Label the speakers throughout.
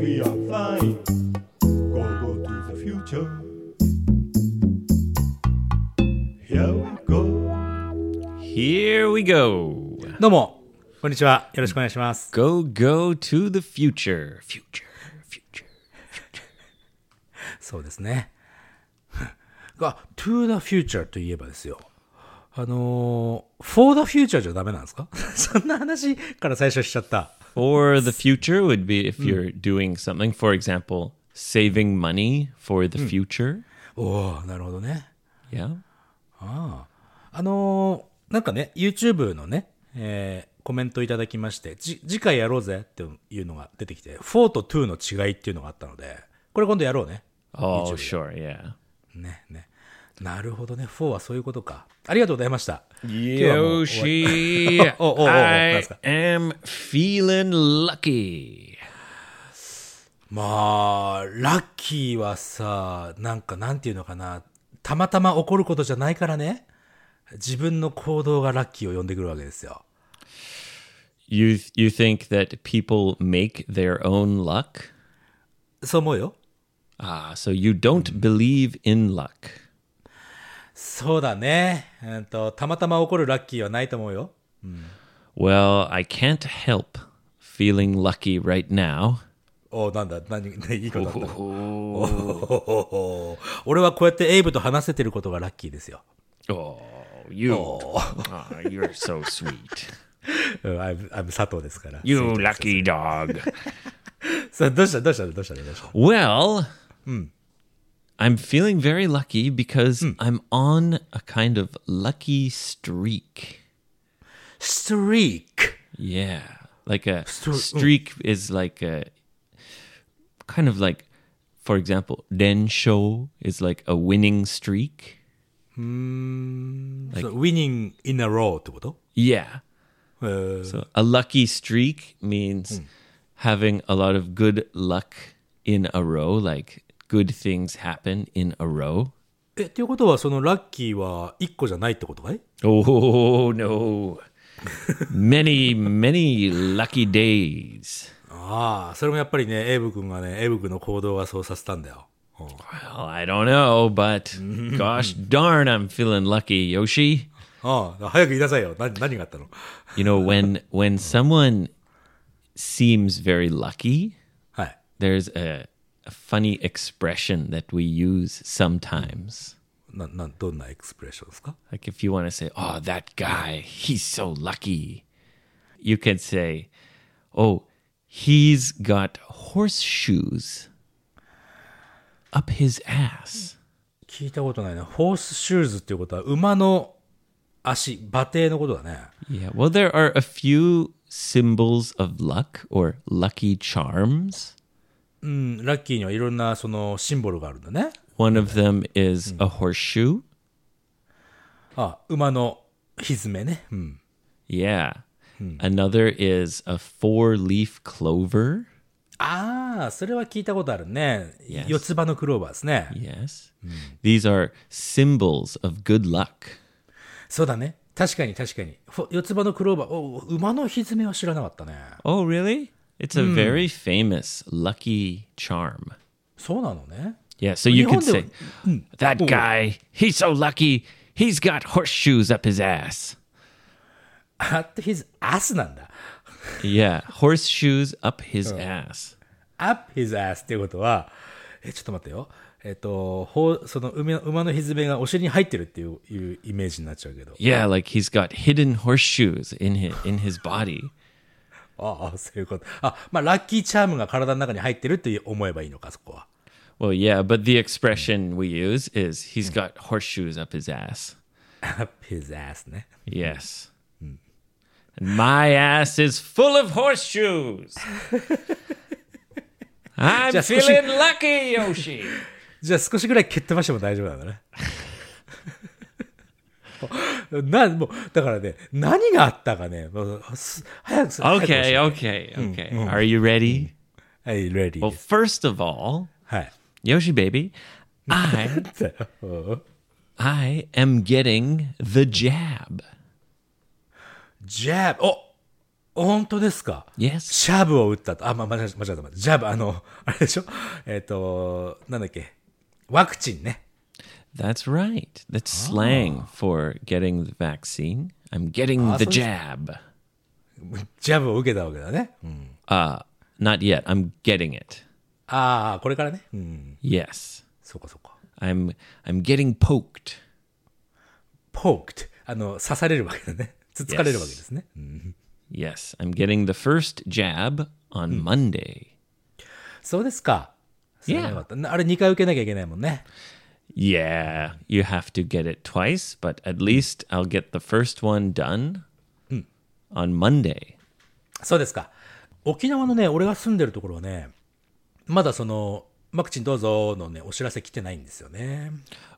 Speaker 1: E are flying. Go, go to the future. Here we go.
Speaker 2: Here we go.
Speaker 3: どうも、こんにちは。よろしくお願いします。
Speaker 2: Go, go to the future. Future, future.
Speaker 3: そうですね。 が、to the future といえばですよ。あのー、for the future じゃダメなんですか そんな話から最初しちゃった。
Speaker 2: Or the future would be if
Speaker 3: Hmm.
Speaker 2: you're doing something, for example, saving money for
Speaker 3: Hmm.
Speaker 2: the future.
Speaker 3: おおなるほどね。
Speaker 2: Yeah.
Speaker 3: あのーなんかね、YouTube のね、えーコメントいただきまして、じ、次回やろうぜっていうのが出てきて、4と2の違いっていうのがあったので、これ今度やろうね。
Speaker 2: Oh, sure. Yeah.
Speaker 3: ね、ね。なるほどね。4はそういうことか。ありがとうございました。
Speaker 2: Yoshi,
Speaker 3: Oh, oh, oh, oh,
Speaker 2: I
Speaker 3: that's-
Speaker 2: am feeling lucky.
Speaker 3: まあ、ラッキーはさ、なんかなんていうのかな、たまたま起こることじゃないからね、自分の行動がラッキーを呼んでくるわけですよ。
Speaker 2: You you think that people make their own luck?
Speaker 3: そう思うよ。
Speaker 2: Ah, so you
Speaker 3: Hmm.
Speaker 2: don't believe in luck.
Speaker 3: そうだね。うんと、たまたま起こるラッキーはないと思うよ。
Speaker 2: Well, I can't help feeling lucky right now.
Speaker 3: おなんだ、何、いいことだったのお俺はこうやってエイブと話せてることがラッキーですよ。
Speaker 2: Oh, you. Ah, you're so sweet.
Speaker 3: うん、あぶ、あぶ佐藤ですから。
Speaker 2: You lucky dog.
Speaker 3: さあ、どうしたどうしたどうしたどうした
Speaker 2: Well, I'm feeling very lucky because I'm on a kind of lucky streak.
Speaker 3: ストリーク
Speaker 2: Yeah. Like a
Speaker 3: Stre-
Speaker 2: streak is like a kind of like, for example, den show is like a winning streak.
Speaker 3: そう winning in a row ってこと
Speaker 2: Yeah.
Speaker 3: へー
Speaker 2: So a lucky streak means having a lot of good luck in a row, like good things happen in a row.
Speaker 3: え、っていうことは、そのラッキーは1個じゃないってことかい
Speaker 2: Oh no. many, many lucky days.
Speaker 3: ああ、それもやっぱりね、エイブ君がね、エイブ君の行動がそうさせたんだよ。
Speaker 2: Well, Oh, I don't know, but gosh darn, I'm feeling lucky, Yoshi.
Speaker 3: ああ、早く言いなさいよ。な何があったの
Speaker 2: You know, when when someone seems very lucky,
Speaker 3: はい。
Speaker 2: there's a, a funny expression that we use sometimes.
Speaker 3: な、な、どんなエクスプレッションですか
Speaker 2: Like if you want to say, "Oh, that guy, he's so lucky," you can say, "Oh, he's got horseshoes up his ass."
Speaker 3: 聞いたことないな。ホースシューズっていうことは、馬の足、馬蹄のことだね。
Speaker 2: Yeah. Well, there are a few symbols of luck or lucky charms.
Speaker 3: うん、ラッキーにはいろんな、その、シンボルがあるんだね。
Speaker 2: One of them is a horseshoe.
Speaker 3: ああ、馬のひずめね。うん。
Speaker 2: Yeah. Hmm. Another is a four-leaf clover.
Speaker 3: ああ、それは聞いたことあるね。四つ葉のクローバーですね。
Speaker 2: Yes. These are symbols of good luck.
Speaker 3: そうだね。確かに確かに。ほ四つ葉のクローバー、お馬のひずめは知らなかったね。
Speaker 2: Oh, really? It's a very famous lucky charm.
Speaker 3: そうなのね。
Speaker 2: Yeah, so you could say, "Hmm,
Speaker 3: 日本では-
Speaker 2: that guy, he's so lucky, he's got horseshoes up his ass.
Speaker 3: あって、his ass なんだ。
Speaker 2: Yeah, horseshoes up his ass.
Speaker 3: up his ass っていうことは、え、ちょっと待ってよ。えっと、ほうその馬馬のひずめがお尻に入ってるっていういうイメージになっちゃうけど。
Speaker 2: Yeah, like he's got hidden horseshoes in his, in his body.
Speaker 3: ああ、そういうこと。あ、まあ、ラッキーチャームが体の中に入ってるって思えばいいのか、そこは。
Speaker 2: Well, yeah, but the expression we use is he's got horseshoes up his ass.
Speaker 3: up his ass ね。
Speaker 2: Yes. And my ass is full of horseshoes. I'm
Speaker 3: Just 'cause
Speaker 2: feeling lucky, Yoshi.
Speaker 3: じゃあ少しぐらい蹴ってましても大丈夫なんだね。 な、もう、だからね、何があったかね、もうす早く す
Speaker 2: Okay, okay, okay. Are you ready?
Speaker 3: はい、レディ
Speaker 2: Well,
Speaker 3: ーです。
Speaker 2: first of all,
Speaker 3: はい。
Speaker 2: Yoshi baby, I I am getting the jab.
Speaker 3: ジャブ、お本当ですか
Speaker 2: Yes.
Speaker 3: シャブを打ったと。あ、ま、間違えた、間違えた、間違えた。ジャブ、あの、あれでしょえっ、と、なんだっけ。ワクチンね。
Speaker 2: That's right. That's slang for getting the vaccine. I'm getting the
Speaker 3: so it's-
Speaker 2: jab.
Speaker 3: ジャブを受けたわけだね。うん
Speaker 2: Uh, not yet. I'm getting it.
Speaker 3: ああ、これからね。うん。
Speaker 2: Yes.
Speaker 3: そうかそうか。
Speaker 2: I'm I'm getting poked.
Speaker 3: ポークって、あの、刺されるわけだね。つつかれるわけですね。
Speaker 2: Yes, I'm getting the first jab on Monday.
Speaker 3: そうですか。そ
Speaker 2: Yeah
Speaker 3: れはよかったなあれ2回受けなきゃいけないもんね。
Speaker 2: Yeah, you have to get it twice, but at least I'll get the first one done on Monday.
Speaker 3: そうですか。沖縄のね、俺が住んでるところはね、まだその、ワクチンどうぞのね、お知らせ来てないんですよね。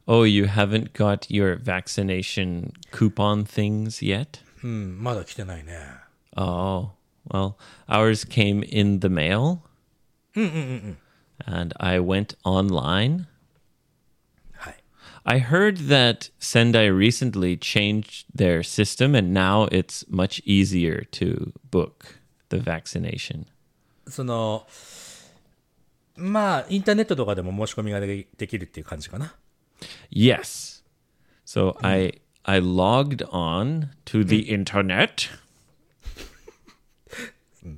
Speaker 2: Oh, you haven't got your vaccination coupon things yet?
Speaker 3: うん、まだ来てないね。
Speaker 2: Oh, well, ours came in the mail. And I went online.
Speaker 3: はい。
Speaker 2: I heard that Sendai recently changed their system and now it's much easier to book the vaccination.
Speaker 3: その、まあ、インターネットとかでも申し込みができできるっていう感じかな。
Speaker 2: Yes. So I I logged on to the internet.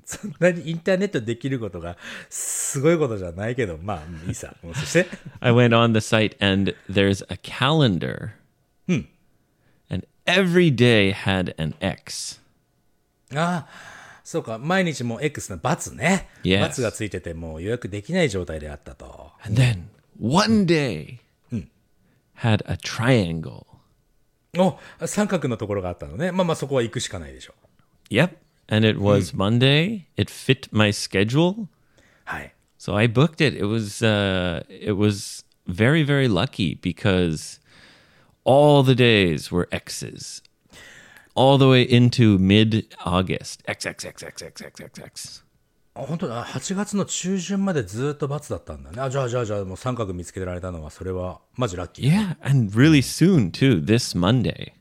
Speaker 3: そんなにインターネットできることがすごいことじゃないけど、まあ、うんいいさ。うんそして、
Speaker 2: I went on the site and there's a calendar. And every day had an X.
Speaker 3: ああ、そうか、毎日もう X の×ね。
Speaker 2: Yes
Speaker 3: ×がついてて、もう予約できない状態であったと。
Speaker 2: And then one day had a triangle.
Speaker 3: お三角のところがあったのね。まあまあ、そこは行くしかないでしょう。
Speaker 2: Yep. And it was Monday. It fit my schedule.
Speaker 3: はい。
Speaker 2: So I booked it. It was uh, it was very very lucky because all the days were X's, all the way into mid August. X X X X X X X X.
Speaker 3: あ本当だ、8月の中旬までずっと×だったんだね。あ、じゃあじゃあじゃあ、もう三角見つけられたのは、それは、マジラッキー。
Speaker 2: Yeah, and really soon too. This Monday.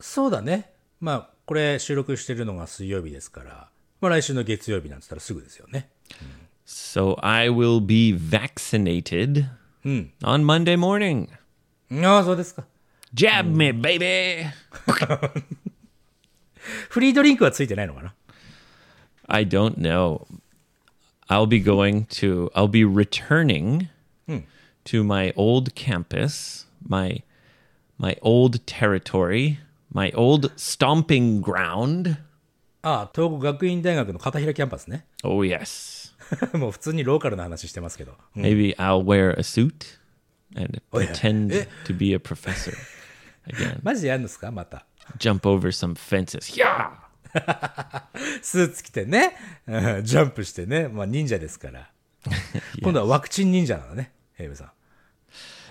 Speaker 3: そうだね。まあ、これ収録してるのが水曜日ですから、まあ来週の月曜日なんつったらすぐですよね。
Speaker 2: So I will be vaccinated on Monday morning.
Speaker 3: ああ、そうですか。
Speaker 2: Jab me, baby.
Speaker 3: フリードリンクはついてないのかな
Speaker 2: I don't know. I'll be going to, I'll be returning to my old campus, my my old territory, my old stomping ground.
Speaker 3: ああ、東北学院大学の片平キャンパスね。
Speaker 2: Oh yes.
Speaker 3: もう普通にローカルな話してますけど。
Speaker 2: Maybe I'll wear a suit and
Speaker 3: yeah.
Speaker 2: pretend to be a professor again.
Speaker 3: マジでやるんですかまた。
Speaker 2: Jump over some fences. Yeah.
Speaker 3: スーツ着てね、 うんジャンプしてね、まあ忍者です から。今度はワクチン忍者なのね、ヘイブさん。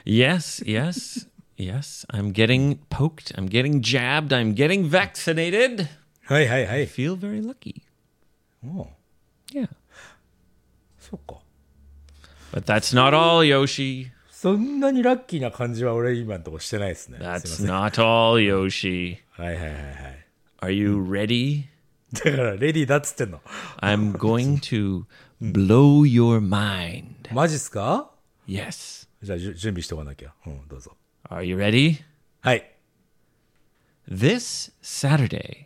Speaker 2: Yes, yes. Yes, I'm getting poked. I'm getting jabbed. I'm getting vaccinated.
Speaker 3: はいはいはい。
Speaker 2: Feel very lucky.
Speaker 3: おう
Speaker 2: Yeah.
Speaker 3: そっか。
Speaker 2: But that's not all, Yoshi.
Speaker 3: そんなにラッキーな感じは俺今のとこしてないですね。
Speaker 2: That's
Speaker 3: すいま
Speaker 2: not all, Yoshi.
Speaker 3: せん。はいはいはいはい。
Speaker 2: Are you ready?
Speaker 3: だからレディーだっつってんの。
Speaker 2: I'm going to blow your mind.
Speaker 3: マジっすか
Speaker 2: Yes.
Speaker 3: じゃあじゅ準備しておかなきゃ。うん、どうぞ。
Speaker 2: Are you ready?
Speaker 3: はい。
Speaker 2: This Saturday,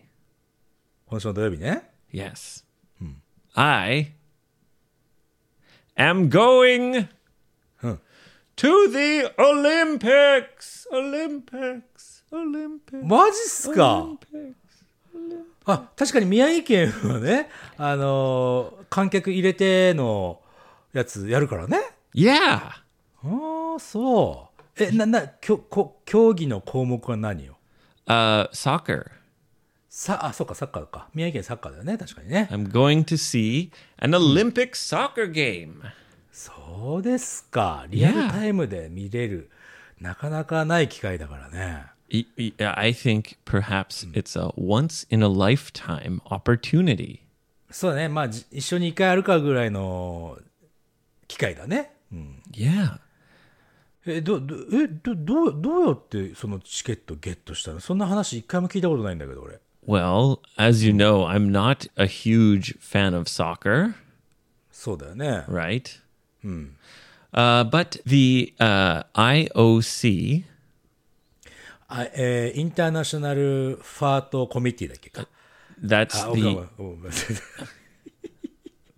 Speaker 3: 今週の土曜日ね。
Speaker 2: yes, I am going to the Olympics. Olympics. Olympics.
Speaker 3: マジっすかあ、確かに宮城県はね、あのー観客入れてのやつやるからね。
Speaker 2: Yeah.
Speaker 3: ああ、そう。え、な、な、きょこ競技の項目は何よ
Speaker 2: Uh, soccer.
Speaker 3: さ、あ、そうか、サッカーか。宮城県サッカーだよね、確かにね。
Speaker 2: I'm going to see an Olympic soccer game.
Speaker 3: そうですか。リアルタイムで見れる。なかなかない機会だからね。
Speaker 2: Y- y- I think perhaps it's a once in a lifetime opportunity.
Speaker 3: そうだね。まあ、じ一緒に一回あるかぐらいの機会だね。
Speaker 2: Yeah.
Speaker 3: え、ど、ど、え、ど、どう、どうやってそのチケットゲットしたのそんな話一回も聞いたことないんだけど、俺。
Speaker 2: Well, as you know, I'm not a huge fan of soccer,
Speaker 3: そうだよね。
Speaker 2: right? Uh, but the uh, IOC,
Speaker 3: あえーインターナショナルファートコミティだっけか。
Speaker 2: that's
Speaker 3: あ、おか
Speaker 2: the
Speaker 3: わおごめんなさい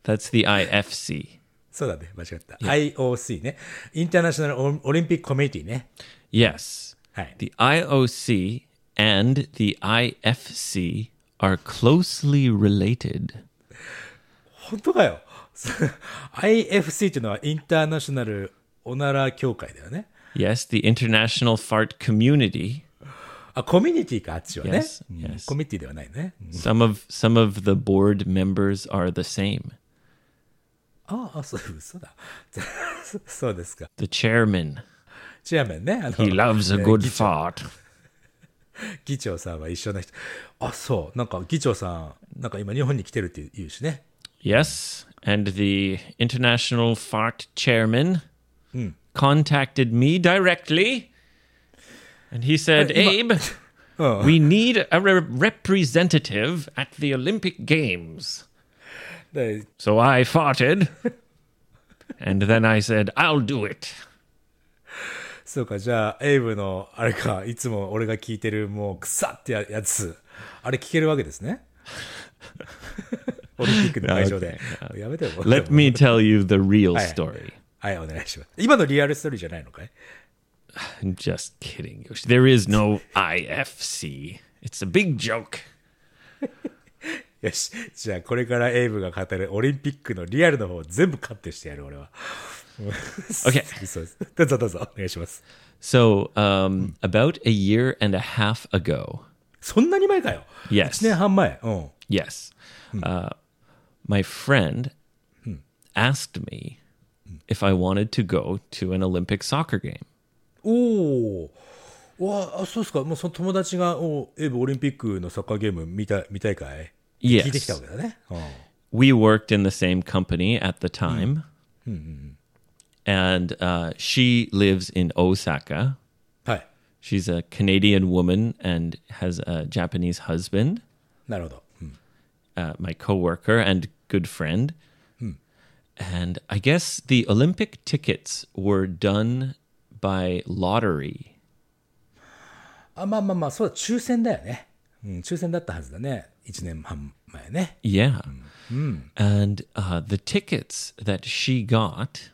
Speaker 2: that's the IFC.
Speaker 3: そうだね、間違った。IOC ね。インターナショナルオリオリンピックコミティね。
Speaker 2: Yes.
Speaker 3: はい。
Speaker 2: The IOC and the IFC are closely related.
Speaker 3: 本当かよ。IFC っていうのはインターナショナルおなら協会だよね。
Speaker 2: Yes, the International Fart Community.
Speaker 3: あ、コミュニティか、あっちはね。
Speaker 2: Yes,
Speaker 3: うん
Speaker 2: yes.
Speaker 3: コミュニティではないね。うん
Speaker 2: Some of some of the board members are the same.
Speaker 3: ああ、そう、嘘だ。 そそうですか。
Speaker 2: The chairman,
Speaker 3: チェアメンね。あの
Speaker 2: he loves a good
Speaker 3: えー
Speaker 2: fart.
Speaker 3: 議長さんは一緒な人。あ、そう。なんか議長さん、なんか今日本に来てるって言うしね。
Speaker 2: Yes, and the international fart chairman contacted me directly, and he said, "Abe, we need a re- representative at the Olympic Games."
Speaker 3: で
Speaker 2: So I farted, and then I said, "I'll do it."
Speaker 3: そうか、じゃあ、エイブの、あれか、いつも俺が聞いてる、もう、くさってややつ、あれ聞けるわけです ね。オリンピックの会場で。やめてよ。
Speaker 2: Let me tell you the real
Speaker 3: Hi.
Speaker 2: story.
Speaker 3: はい、お願いします。今のリアルストーリーじゃないのかい
Speaker 2: I'm just kidding. Yoshi. There is no IFC. It's a big joke.
Speaker 3: よし。じゃあ、これからエイブが語るオリンピックのリアルの方を全部カットしてやる、俺は。
Speaker 2: Okay.
Speaker 3: そうです。どうぞどうぞ、お願いします。
Speaker 2: So, um, about a year and a half ago,
Speaker 3: そんなに前かよ。
Speaker 2: Yes.
Speaker 3: 1年半前。うん。
Speaker 2: yes, uh, my friend asked me if I wanted to go to an Olympic soccer game.
Speaker 3: おお。わあ、そうですか。もうその友達が、おーエイブオリンピックのサッカーゲーム見た見たいかいって聞いてきたわけだね。うん
Speaker 2: We worked in the same company at the time. And uh, she lives in Osaka.
Speaker 3: はい。
Speaker 2: She's a Canadian woman and has a Japanese husband.
Speaker 3: なるほど。うん
Speaker 2: uh, my coworker and good friend. And I guess the Olympic tickets were done by lottery.
Speaker 3: あまあまあまあ、そうだ、抽選だよね。うん、抽選だったはずだね。1年半前ね。
Speaker 2: Yeah. And uh, the tickets that she got,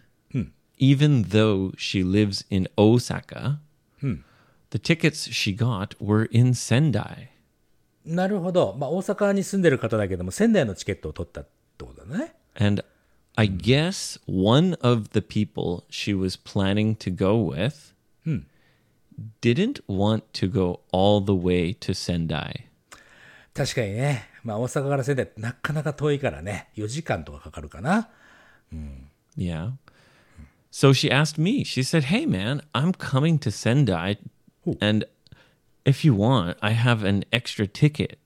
Speaker 2: even though she lives in Osaka, the tickets she got were in Sendai.
Speaker 3: なるほど。まあ、大阪に住んでる方だけども、仙台のチケットを取ったってことだね。
Speaker 2: And I guess one of the people she was planning to go with didn't want to go all the way to Sendai.
Speaker 3: 確かにね。まあ、大阪から仙台ってなかなか遠いからね。4時間とかかかるかな。
Speaker 2: Yeah. So she asked me, she said, Hey, man, I'm coming to Sendai. And if you want, I have an extra ticket.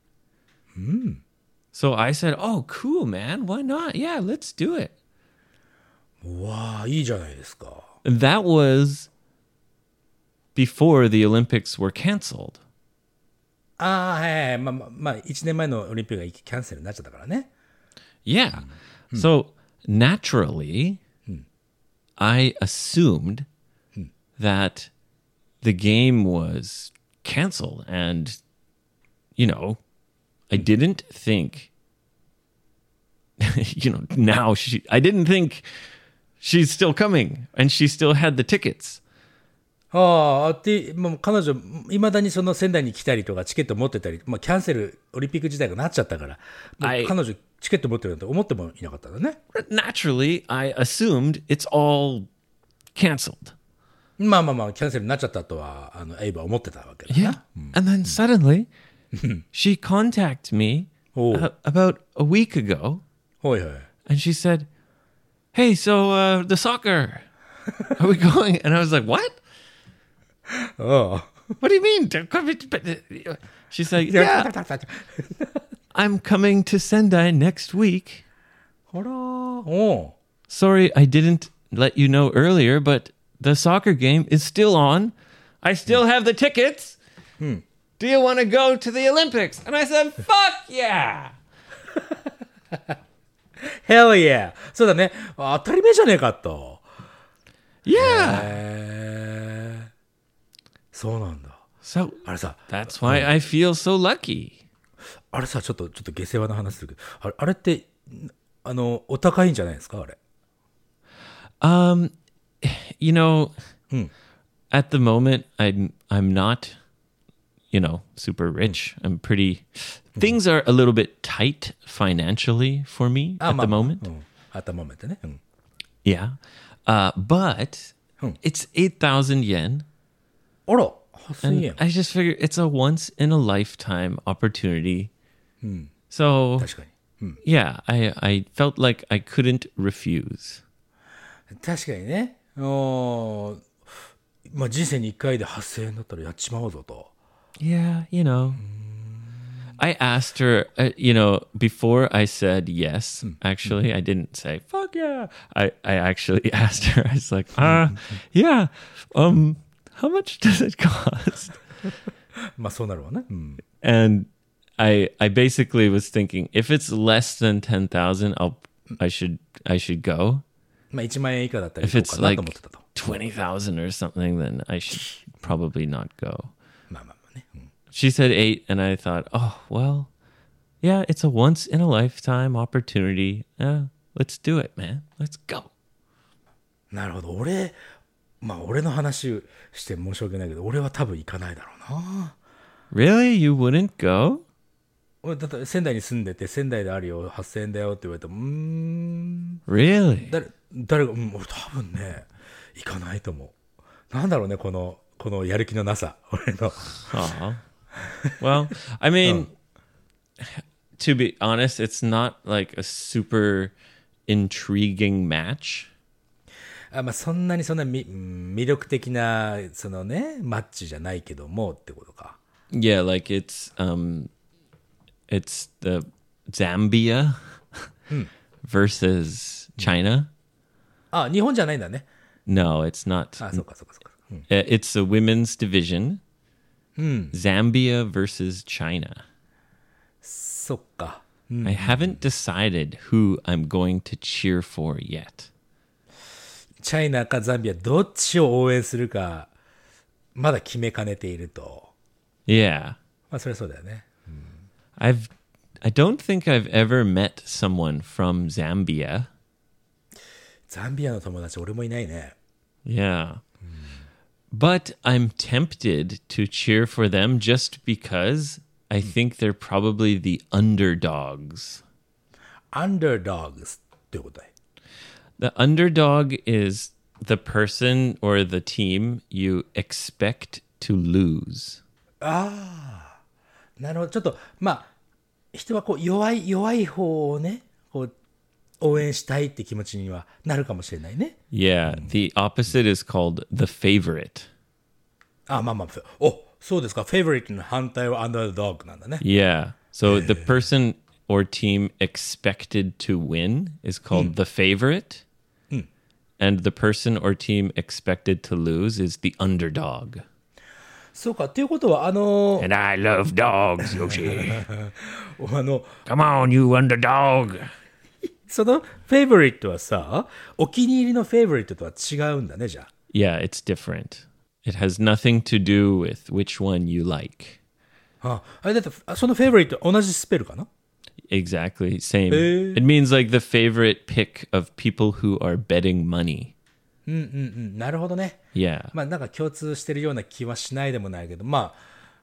Speaker 2: So I said, Oh, cool, man. Why not? Yeah, let's do it.
Speaker 3: うわあ、いいじゃないですか。
Speaker 2: And that was before the Olympics were canceled.
Speaker 3: ああ、はいはいはい。まあまあ、まあ、1年前のオリンピックがキャンセルになっちゃったからね。
Speaker 2: Yeah. So naturally, I assumed that the game was canceled. And, you know, I didn't think, you know, now she, I didn't think she's still coming and she still had the tickets.
Speaker 3: ああ、って、もう彼女、いまだにその仙台に来たりとか、チケット持ってたり、まあ、キャンセル、オリンピック自体がなっちゃったから、もう
Speaker 2: はい
Speaker 3: 彼女、チケット持ってるなんて思ってもいなかったんだね。
Speaker 2: Naturally, I assumed it's all canceled.
Speaker 3: まあまあまあ、キャンセルになっちゃったとは、あの、エイブは思ってたわけだ
Speaker 2: Yeah. Hmm. And
Speaker 3: な。
Speaker 2: then suddenly, she contacted me
Speaker 3: Oh.
Speaker 2: a- about a week ago,
Speaker 3: ほいほい。
Speaker 2: and she said, "Hey, so uh, the soccer, are we going?" And I was like, "What?
Speaker 3: あ
Speaker 2: What do you mean? Don't come to- but, uh," She said,
Speaker 3: あ。
Speaker 2: "Yeah, I'm coming to Sendai next week.
Speaker 3: あらー、 おう
Speaker 2: Sorry, I didn't let you know earlier, Hmm. but the soccer game is still on. I still have the tickets." Do you want to go to the Olympics? And I said, Fuck yeah!
Speaker 3: Hell yeah! そうだね。当たり前じゃねえかと。
Speaker 2: Yeah.
Speaker 3: へえ。そうなんだ。
Speaker 2: So
Speaker 3: あれさ、
Speaker 2: that's why I feel so lucky.
Speaker 3: あれさ、ちょっと、ちょっと下世話な話するけど、あれあれって、あの、お高いんじゃないですかあれ。
Speaker 2: Um, you know, at the moment, I'm I'm not, you know, super rich. I'm pretty. Things are a little bit tight financially for me
Speaker 3: あ
Speaker 2: at the moment.
Speaker 3: うん。at the moment ね。うん。
Speaker 2: Yeah, uh, but
Speaker 3: Hmm.
Speaker 2: it's eight thousand yen.
Speaker 3: あら、8000円。
Speaker 2: I just figure it's a once in a lifetime opportunity. So
Speaker 3: 確かに。
Speaker 2: yeah, I I felt like I couldn't refuse.
Speaker 3: 確かにね。おーまあ、人生に1回で8000円だったらやっちまおうぞと。
Speaker 2: Yeah, you know. Mm. I asked her, uh, you know, before I said yes, actually, I didn't say, fuck yeah. I, I actually asked her, I was like, uh, yeah, um, how much does it cost?
Speaker 3: まあ、そうなるわね。うん。
Speaker 2: And I, I basically was thinking, if it's less than 10,000, I'll, I should, I should go.
Speaker 3: まあ、1万円以下だったら行
Speaker 2: If
Speaker 3: こう
Speaker 2: it's
Speaker 3: かな
Speaker 2: like
Speaker 3: と思ってたと。
Speaker 2: 20,000 or something, then I should probably not go.
Speaker 3: まあまあまあね。うん、
Speaker 2: She said eight, and I thought, oh, well, yeah, it's a once in a lifetime opportunity. Uh, let's do it, man. Let's go.
Speaker 3: なるほど。俺、まあ、俺の話して申し訳ないけど、俺は多分行かないだろうな。
Speaker 2: Really? You wouldn't go?
Speaker 3: 俺だって仙台に住んでて、仙台であるよ、8000円だよって言われても、うーん、
Speaker 2: Really?
Speaker 3: 誰、誰が、うん、俺多分ね、行かないと思う。なんだろうね、この、このやる気のなさ、 俺の。
Speaker 2: Oh. well, I mean, to be honest, it's not like a super intriguing match.
Speaker 3: あまあ、そんなにそんなみうん魅力的な、そのね、マッチじゃないけどもってことか。
Speaker 2: Yeah, like it's um, it's the Zambia versus China.
Speaker 3: あ、日本じゃないんだね。
Speaker 2: No, it's not.
Speaker 3: あ、そうかそうかそうか。うん、
Speaker 2: Uh, It's a women's division. Zambia versus China.
Speaker 3: そっか。
Speaker 2: I haven't decided who I'm going to cheer for yet.
Speaker 3: チャイナかザンビア、どっちを応援するか、まだ決めかねていると。
Speaker 2: Yeah.
Speaker 3: まあ、それはそうだよね。
Speaker 2: I've I don't think I've ever met someone from Zambia.
Speaker 3: ザンビアの友達、俺もいないね。
Speaker 2: Yeah. But I'm tempted to cheer for them just because I think they're probably the underdogs.
Speaker 3: アンダードッグスってことだい。
Speaker 2: The underdog is the person or the team you expect to lose.
Speaker 3: なるほど。ちょっと、まあ、人はこう、弱い、弱い方をね、こう、応援したいって気持ちにはなるかもしれないね。
Speaker 2: Yeah, the opposite is called the favorite.
Speaker 3: あ、まあまあ、ふお、そうですか。フェイブリットの反対はアンダードッグなんだね。
Speaker 2: Yeah. So the person or team expected to win is called the favorite. And the person or team expected to lose is the underdog.
Speaker 3: そうか。ということは、あの、
Speaker 2: And I love dogs, Yoshi.
Speaker 3: あの、
Speaker 2: Come on, you underdog.
Speaker 3: そのフェイブリットはさ、お気に入りのフェイブリットとは違うんだね、じゃあ。
Speaker 2: Yeah, it's different. It has nothing to do with which one you like.
Speaker 3: ああれだって、あそのフェイブリット同じスペルかな
Speaker 2: Exactly. Same.
Speaker 3: Eh.
Speaker 2: It means like the favorite pick of people who are betting money.
Speaker 3: うん、なるほどね。
Speaker 2: Yeah.
Speaker 3: まあなんか共通してるような気はしないでもないけど、まあ、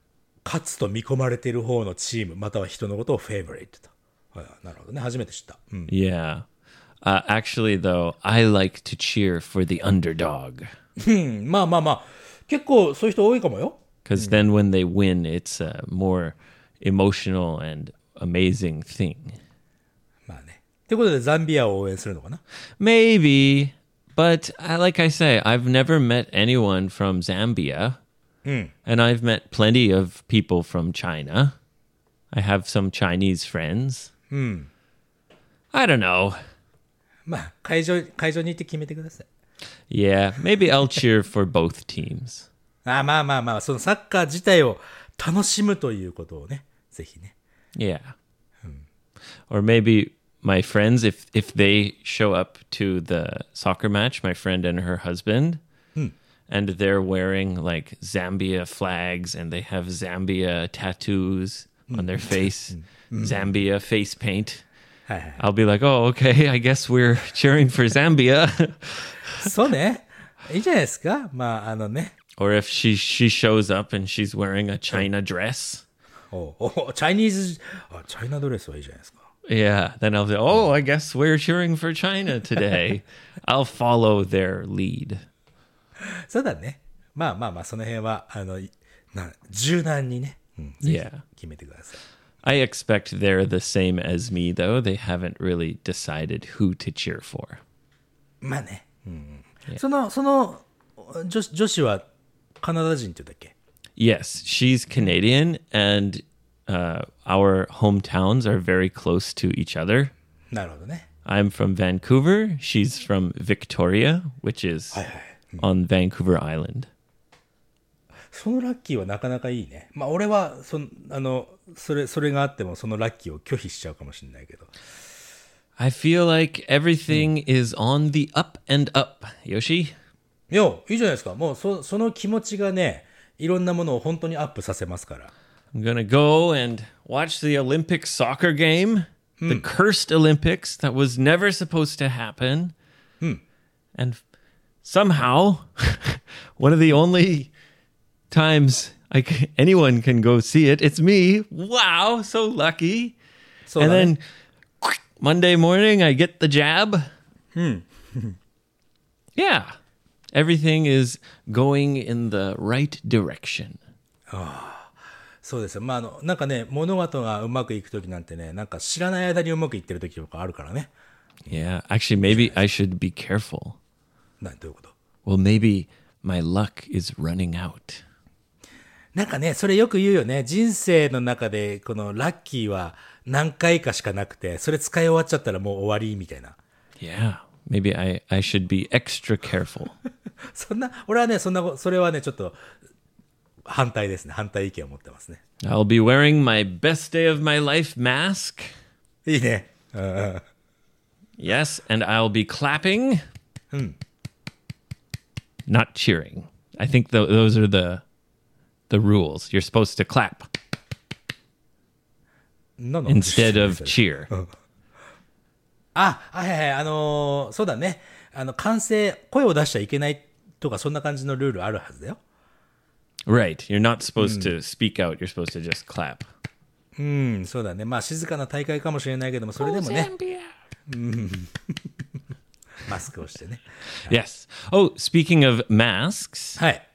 Speaker 3: 勝つと見込まれている方のチーム、または人のことをフェイブリットと。はいなるほどね。初めて知った。うん。
Speaker 2: Yeah. Uh, actually, though, I like to cheer for the underdog
Speaker 3: うんまあまあまあ、結構そういう人多いかもよ。
Speaker 2: because then when they win, it's a more emotional and amazing thing.
Speaker 3: まあね。ということで、ザンビアを応援するのかな
Speaker 2: Maybe, but I, like I say, I've never met anyone from Zambia, and I've met plenty of people from China. I have some Chinese friends. I don't know.
Speaker 3: まあ、会場、会場に行って決めてください。
Speaker 2: Yeah, maybe I'll cheer for both teams.
Speaker 3: あまあまあまあ、そのサッカー自体を楽しむということをね、ぜひね。
Speaker 2: Yeah. Or maybe my friends, if if they show up to the soccer match, my friend and her husband, and they're wearing like Zambia flags and they have Zambia tattoos on their face, Zambia face paint.
Speaker 3: はいはい。
Speaker 2: I'll be like, oh, okay, I guess we're cheering for Zambia.
Speaker 3: そうね。いいじゃないですか。まあ、あのね。
Speaker 2: or if she she shows up and she's wearing a China dress,
Speaker 3: おうおうチャイニーズ、あ、チャイナドレスはいいじゃないですか。
Speaker 2: yeah, then I'll say, oh, I guess we're cheering for China today. I'll follow their lead.
Speaker 3: そうだね。まあまあまあ、その辺は、あの、いな柔軟にね、うん、
Speaker 2: Yeah.
Speaker 3: 決めてください。
Speaker 2: I expect they're the same as me, though. They haven't really decided who to cheer for.
Speaker 3: まあね。うんその、その、女子女子はカナダ人って言うんだっけ
Speaker 2: Yes, she's Canadian, and uh, our hometowns are very close to each other.
Speaker 3: なるほどね。
Speaker 2: I'm from Vancouver. She's from Victoria, which is on Vancouver Island.
Speaker 3: そのラッキーはなかなかいいね。まあ俺は、その、あの、それ、それがあってもそのラッキーを拒否しちゃうかもしれないけど。
Speaker 2: I feel like everything is on the up and up, Yoshi.
Speaker 3: いや、いいじゃないですか。もうそ、その気持ちがね、いろんなものを本当にアップさせますから。
Speaker 2: I'm gonna go and watch the Olympic soccer game, the cursed Olympics that was never supposed to happen. And somehow, one of the only times I c- anyone can go see it, it's me. Wow, so lucky.
Speaker 3: そうだ
Speaker 2: and
Speaker 3: ね
Speaker 2: then Monday morning, I get the jab. Hmm. yeah. Everything is going in the right direction.
Speaker 3: そうですよ。まあ、あの、なんかね、物事がうまくいくときなんてね、なんか知らない間にうまくいってるときとかあるからね。
Speaker 2: Yeah. Actually, maybe I should be careful.
Speaker 3: なんていうこと
Speaker 2: Well, maybe my luck is running out.
Speaker 3: なんかね、それよく言うよね。人生の中で、このラッキーは何回かしかなくて、それ使い終わっちゃったらもう終わりみたいな。
Speaker 2: Yeah. Maybe I, I should be extra careful.
Speaker 3: そんな、俺はね、そんなこ、それはね、ちょっと、反対ですね。反対意見を持ってますね。
Speaker 2: I'll be wearing my best day of my life mask.
Speaker 3: いいね。うんうん
Speaker 2: Yes. And I'll be clapping. Not cheering. I think tho- those are the the rules. You're supposed to clap
Speaker 3: 何の話
Speaker 2: instead of cheer.
Speaker 3: あ、はいはいはい、あのーそうだね。あの、歓声、声を出しちゃいけないとか、そんな感じのルールあるはずだよ。
Speaker 2: Right. You're not supposed to speak out. You're supposed to just clap.
Speaker 3: うん、そうだね。まあ、静かな大会かもしれないけども、それでもね、 マスクをしてね。
Speaker 2: Yes. Oh, speaking of masks,
Speaker 3: はい。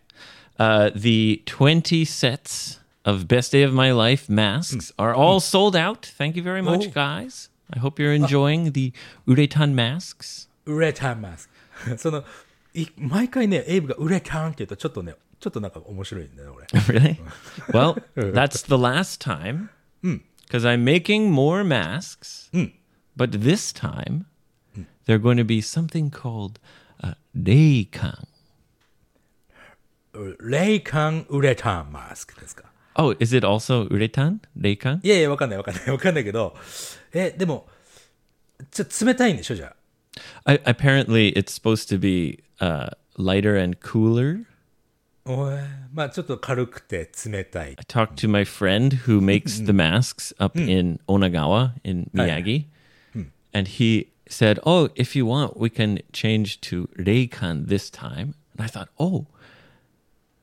Speaker 2: uh, the 20 sets of Best Day of My Life masks are all sold out. Thank you very much,
Speaker 3: Oh.
Speaker 2: guys. I hope you're enjoying the Uretan masks.
Speaker 3: ウレタンマスク。その、い毎回ね、エイブがウレタンって言うと、ちょっとね、ちょっとなんか面白いんだよね、俺。
Speaker 2: really? Well, that's the last time because I'm making more masks. But this time, they're going to be something called uh, Reikang.
Speaker 3: うレイカンウレタンマスクですか。
Speaker 2: Oh, is it also uretan? Reikan?
Speaker 3: いやいや、わかんないわかんないわかんないけど、え、でも、ちょ、冷たいんでしょ、じゃあ。
Speaker 2: I, apparently, it's supposed to be uh, lighter and cooler.
Speaker 3: おえまあ、ちょっと軽くて冷たい
Speaker 2: I。talked to my friend who makes the masks up in Onagawa in Miyagi, and he said, "Oh, if you want, we can change to Reikan this time." And I thought, "Oh,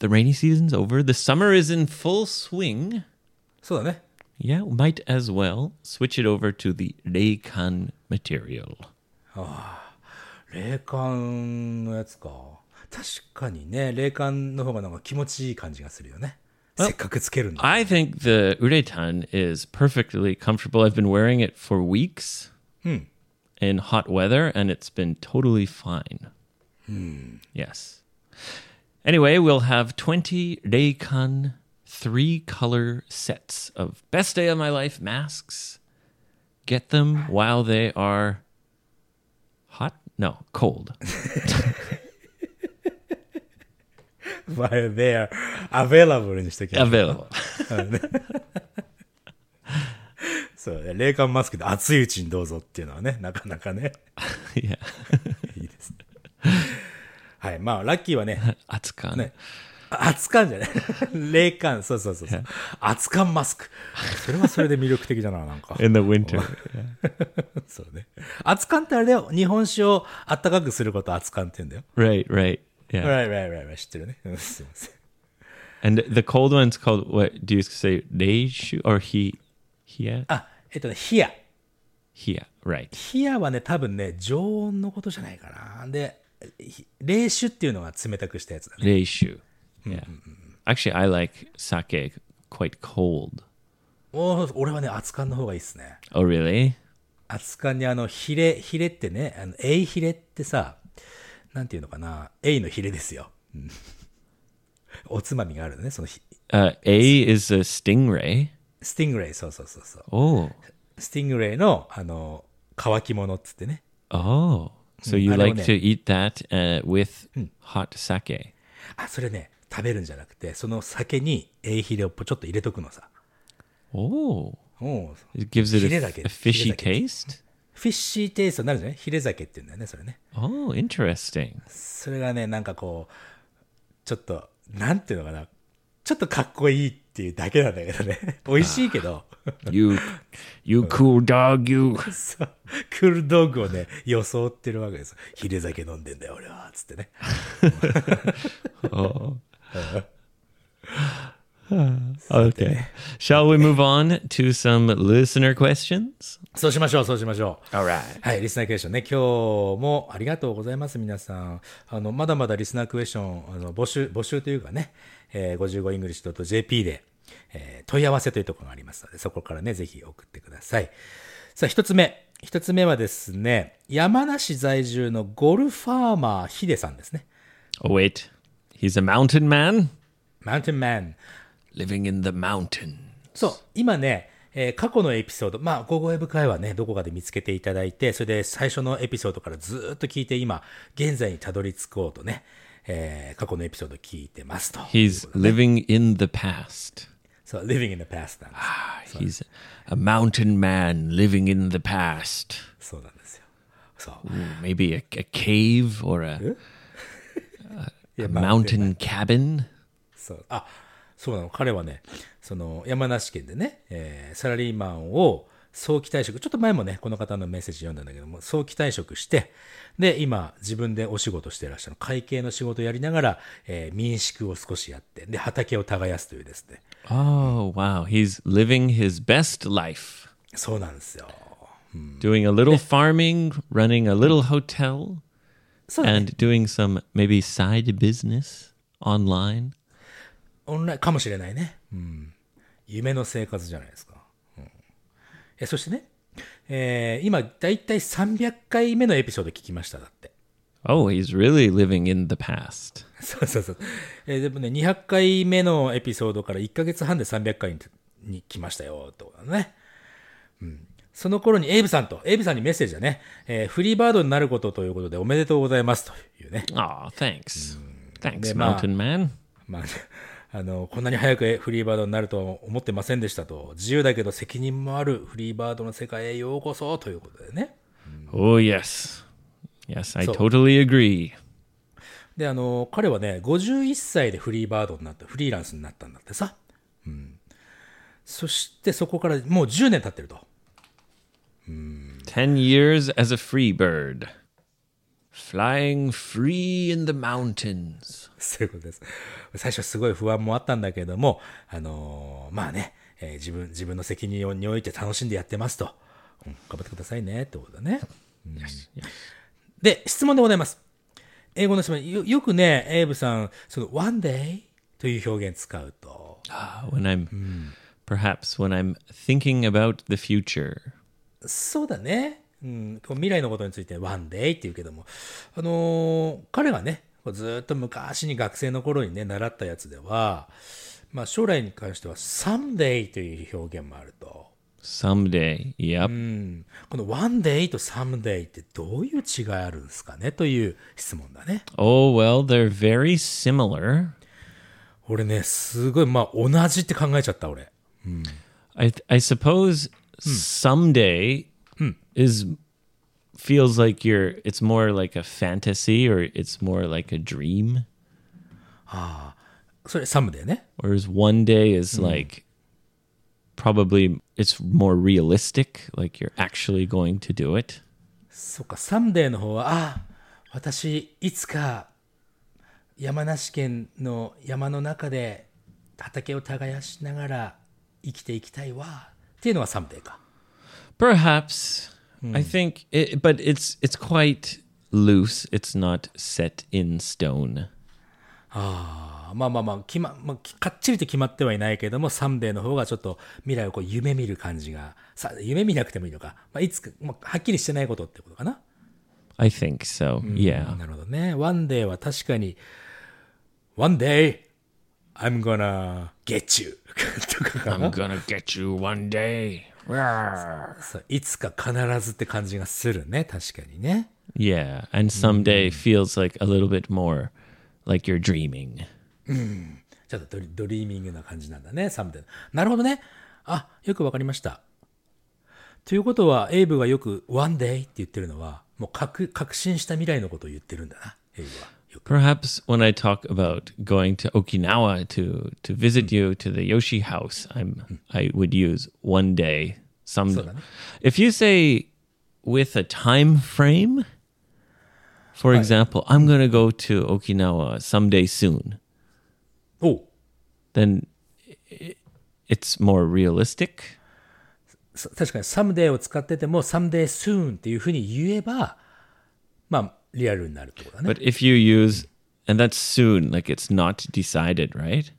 Speaker 2: the rainy season's over. The summer is in full swing.
Speaker 3: そうだね。
Speaker 2: Yeah, we might as well switch it over to the Reikan material."
Speaker 3: 霊感のやつか確かにね霊感の方がなんか気持ちいい感じがするよねせっかくつけるんだ
Speaker 2: I think the uretan is perfectly comfortable. I've been wearing it for weeks in hot weather, and it's been totally fine. Yes. Anyway, we'll have 20 Reikan three color sets of Best Day of My Life masks. Get them while they are hot? No, cold.
Speaker 3: まあ t h e r e available にしてきた
Speaker 2: Available.
Speaker 3: そうね冷感マスクで熱いうちにどうぞっていうのはね、なかなかね、
Speaker 2: yeah.
Speaker 3: いいですね。はい、まあ、ラッキーは ね、
Speaker 2: Atsukan.
Speaker 3: ね、熱感じゃない冷感、そうそうそうそう。熱感マスク。それはそれで魅力的だな、なんか。
Speaker 2: In the winter.
Speaker 3: そうね。熱感ってあれだよ。日本酒をあったかくすることを熱感って言うんだよ。
Speaker 2: right, right. Yeah.
Speaker 3: はいはいはいはい、知ってるね。うんすいません。
Speaker 2: And the cold one's called what do you say? Reishu or he here?
Speaker 3: あ、えっとね、冷や。
Speaker 2: Here. Right.
Speaker 3: 冷やはね、多分ね、常温のことじゃないかな。で、ひ冷酒っていうのが冷たくしたやつだね。
Speaker 2: Reishu. Yeah. Actually I like sake quite cold.
Speaker 3: おー俺はね、熱燗の方がいいっすね。
Speaker 2: Oh really?
Speaker 3: 熱燗にあの、ヒレ、ヒレってね、あの、エイヒレってさ、なんていうのかな、エイのヒレですよ。うんおつまみがあるのね、そのひ、
Speaker 2: Uh, a is a stingray.
Speaker 3: スティングレイ、そうそうそうそう。
Speaker 2: Oh.
Speaker 3: スティングレイの、あの、乾き物っつってね。
Speaker 2: Oh. So you
Speaker 3: I don't
Speaker 2: like
Speaker 3: know.
Speaker 2: to eat that uh, with hot sake.
Speaker 3: あ、それね、食べるんじゃなくて、その酒にエイヒレをぽちょっと入れとくのさ。
Speaker 2: Oh.
Speaker 3: おう
Speaker 2: It gives it a,
Speaker 3: Hirezake.
Speaker 2: a fishy
Speaker 3: Hirezake.
Speaker 2: taste?
Speaker 3: フィッシーテイストになるじゃないヒレ酒って言うんだよね、それね。
Speaker 2: Oh, interesting.
Speaker 3: それがね、なんかこう、ちょっと、なんていうのかな。ちょっとかっこいいっていうだけなんだけどね。 美味しいけど、
Speaker 2: You you cool dog, you
Speaker 3: そうクールドッグをね、装ってるわけですよ。ヒレ酒飲んでんだよ、俺は。つってね。
Speaker 2: Okay. Shall we move on to some listener questions?
Speaker 3: そうしましょう、そうしましょう。
Speaker 2: All right.
Speaker 3: はい、リスナークエスチョンね、今日もありがとうございます、皆さん。あの、まだまだリスナークエスチョン、あの募集、募集というかね、えー、55english.jp で、えー問い合わせというところがありますので、そこからね、ぜひ送ってください。さあ、一つ目。一つ目はですね、山梨在住のゴルファーマーヒデさんですね。
Speaker 2: Oh wait. He's a mountain man
Speaker 3: マウンテンマン。
Speaker 2: living in the mountain.
Speaker 3: そう、今ね、えー過去のエピソード、まあ、ゴーゴーエブ会はね、どこかで見つけていただいて、それで最初のエピソードからずーっと聞いて、今、現在にたどり着こうとね、えー過去のエピソード聞いてますと。
Speaker 2: He's living in the past.
Speaker 3: そう、living in the past なんで
Speaker 2: Ah, He's a mountain man living in the past.
Speaker 3: す。そうなんですよ。そう。
Speaker 2: Maybe a, a cave or a, a, a mountain cabin.
Speaker 3: そう。あ、そうなの。彼はね、その、山梨県でね、えーサラリーマンを早期退職、ちょっと前もね、この方のメッセージ読んだんだけども、早期退職して、で、今、自分でお仕事してらっしゃる、会計の仕事をやりながら、えー民宿を少しやって、で、畑を耕すというですね。
Speaker 2: Oh, wow. He's living his best life.
Speaker 3: そうなんですよ。
Speaker 2: Doing a little farming, running a little hotel.
Speaker 3: そうだね。
Speaker 2: and doing some maybe side business online.
Speaker 3: オンラインかもしれないね。うん。夢の生活じゃないですか。うん、えそしてね、えー今、だいたい300回目のエピソード聞きました、だって。
Speaker 2: Oh, he's really living in the past.
Speaker 3: そうそうそう。えーでもね、200回目のエピソードから1ヶ月半で300回にに来ましたよ、ってことだね。うん。その頃にエイブさんと、エイブさんにメッセージだね、えーフリーバードになることということでおめでとうございますというね。
Speaker 2: Aw, thanks. Thanks,
Speaker 3: They're not-
Speaker 2: Mountain Man.
Speaker 3: まあ、あの、こんなに早くフリーバードになるとは思ってませんでしたと。自由だけど責任もあるフリーバードの世界へようこそということでね。
Speaker 2: Oh, yes. Yes, I
Speaker 3: So-
Speaker 2: totally agree.
Speaker 3: で、あの、彼はね、51歳でフリーバードになって、フリーランスになったんだってさ。うん。そしてそこからもう10年経ってると。
Speaker 2: 10 years as a free bird, flying free in the mountains.
Speaker 3: そういうことです。最初すごい不安もあったんだけども、あのーまあね、えー自分、自分の責任において楽しんでやってますと。うん頑張ってくださいね、ってことだね。で、質問でございます。英語の質問、よよくね、エイブさん、その、one day という表現使うと、
Speaker 2: Ah, when I'm perhaps when I'm thinking about the future.
Speaker 3: そうだね。うん、こう未来のことについて One Day って言うけども、あのー彼がね、こうずーっと昔に学生の頃にね、習ったやつでは、まあ将来に関しては Someday という表現もあると。
Speaker 2: Someday. Yep.
Speaker 3: うん、この One Day と Someday ってどういう違いあるんですかねという質問だね。
Speaker 2: Oh, well, they're very similar.
Speaker 3: 俺ね、すごい、まあ、同じって考えちゃった、俺。
Speaker 2: I I suppose someday is feels like you're it's more like a fantasy or it's more like a dream
Speaker 3: それ、サムだよね。
Speaker 2: whereas one day is like probably it's more realistic like you're actually going to do it
Speaker 3: そっか、サムデーの方は、あ、私、いつか、山梨県の山の中で畑を耕しながら生きていきたいわ。っていうのがサムデーか。
Speaker 2: perhaps I think it, but it's it's quite loose it's not set in stone
Speaker 3: あまあまあまあ、決ま、まあ、きかっちりと決まってはいないけれども、サムデーの方がちょっと未来をこう夢見る感じが、さ、夢見なくてもいいのか。まあ、いつか、まあ、はっきりしてないことってことかな。
Speaker 2: I think so yeah
Speaker 3: なるほどね。ワンデーは確かに、One day, I'm gonna get you. とかかな
Speaker 2: I'm gonna get you one day
Speaker 3: そういつか必ずって感じがするね。確かにね。
Speaker 2: Yeah, and someday feels like a little bit more like you're dreaming.
Speaker 3: ちょっとドリドリーミングな感じなんだね、サムデー。なるほどね。あ、よくわかりました。ということは、エイブがよく One day って言ってるのは、もう確確信した未来のことを言ってるんだな、エイブは。よく
Speaker 2: Perhaps when I talk about going to Okinawa to to visit you to the Yoshi house, I'm I would use one day some If you say with a time frame, for example, I'm going to go to Okinawa someday soon,
Speaker 3: おう
Speaker 2: then i- it's more realistic.
Speaker 3: そ確かにサムデーを使ってても、サムデー soon っていうふうに言えば、まあ、リアルになるってことだね。
Speaker 2: But if you use and that's soon, like it's not decided, right?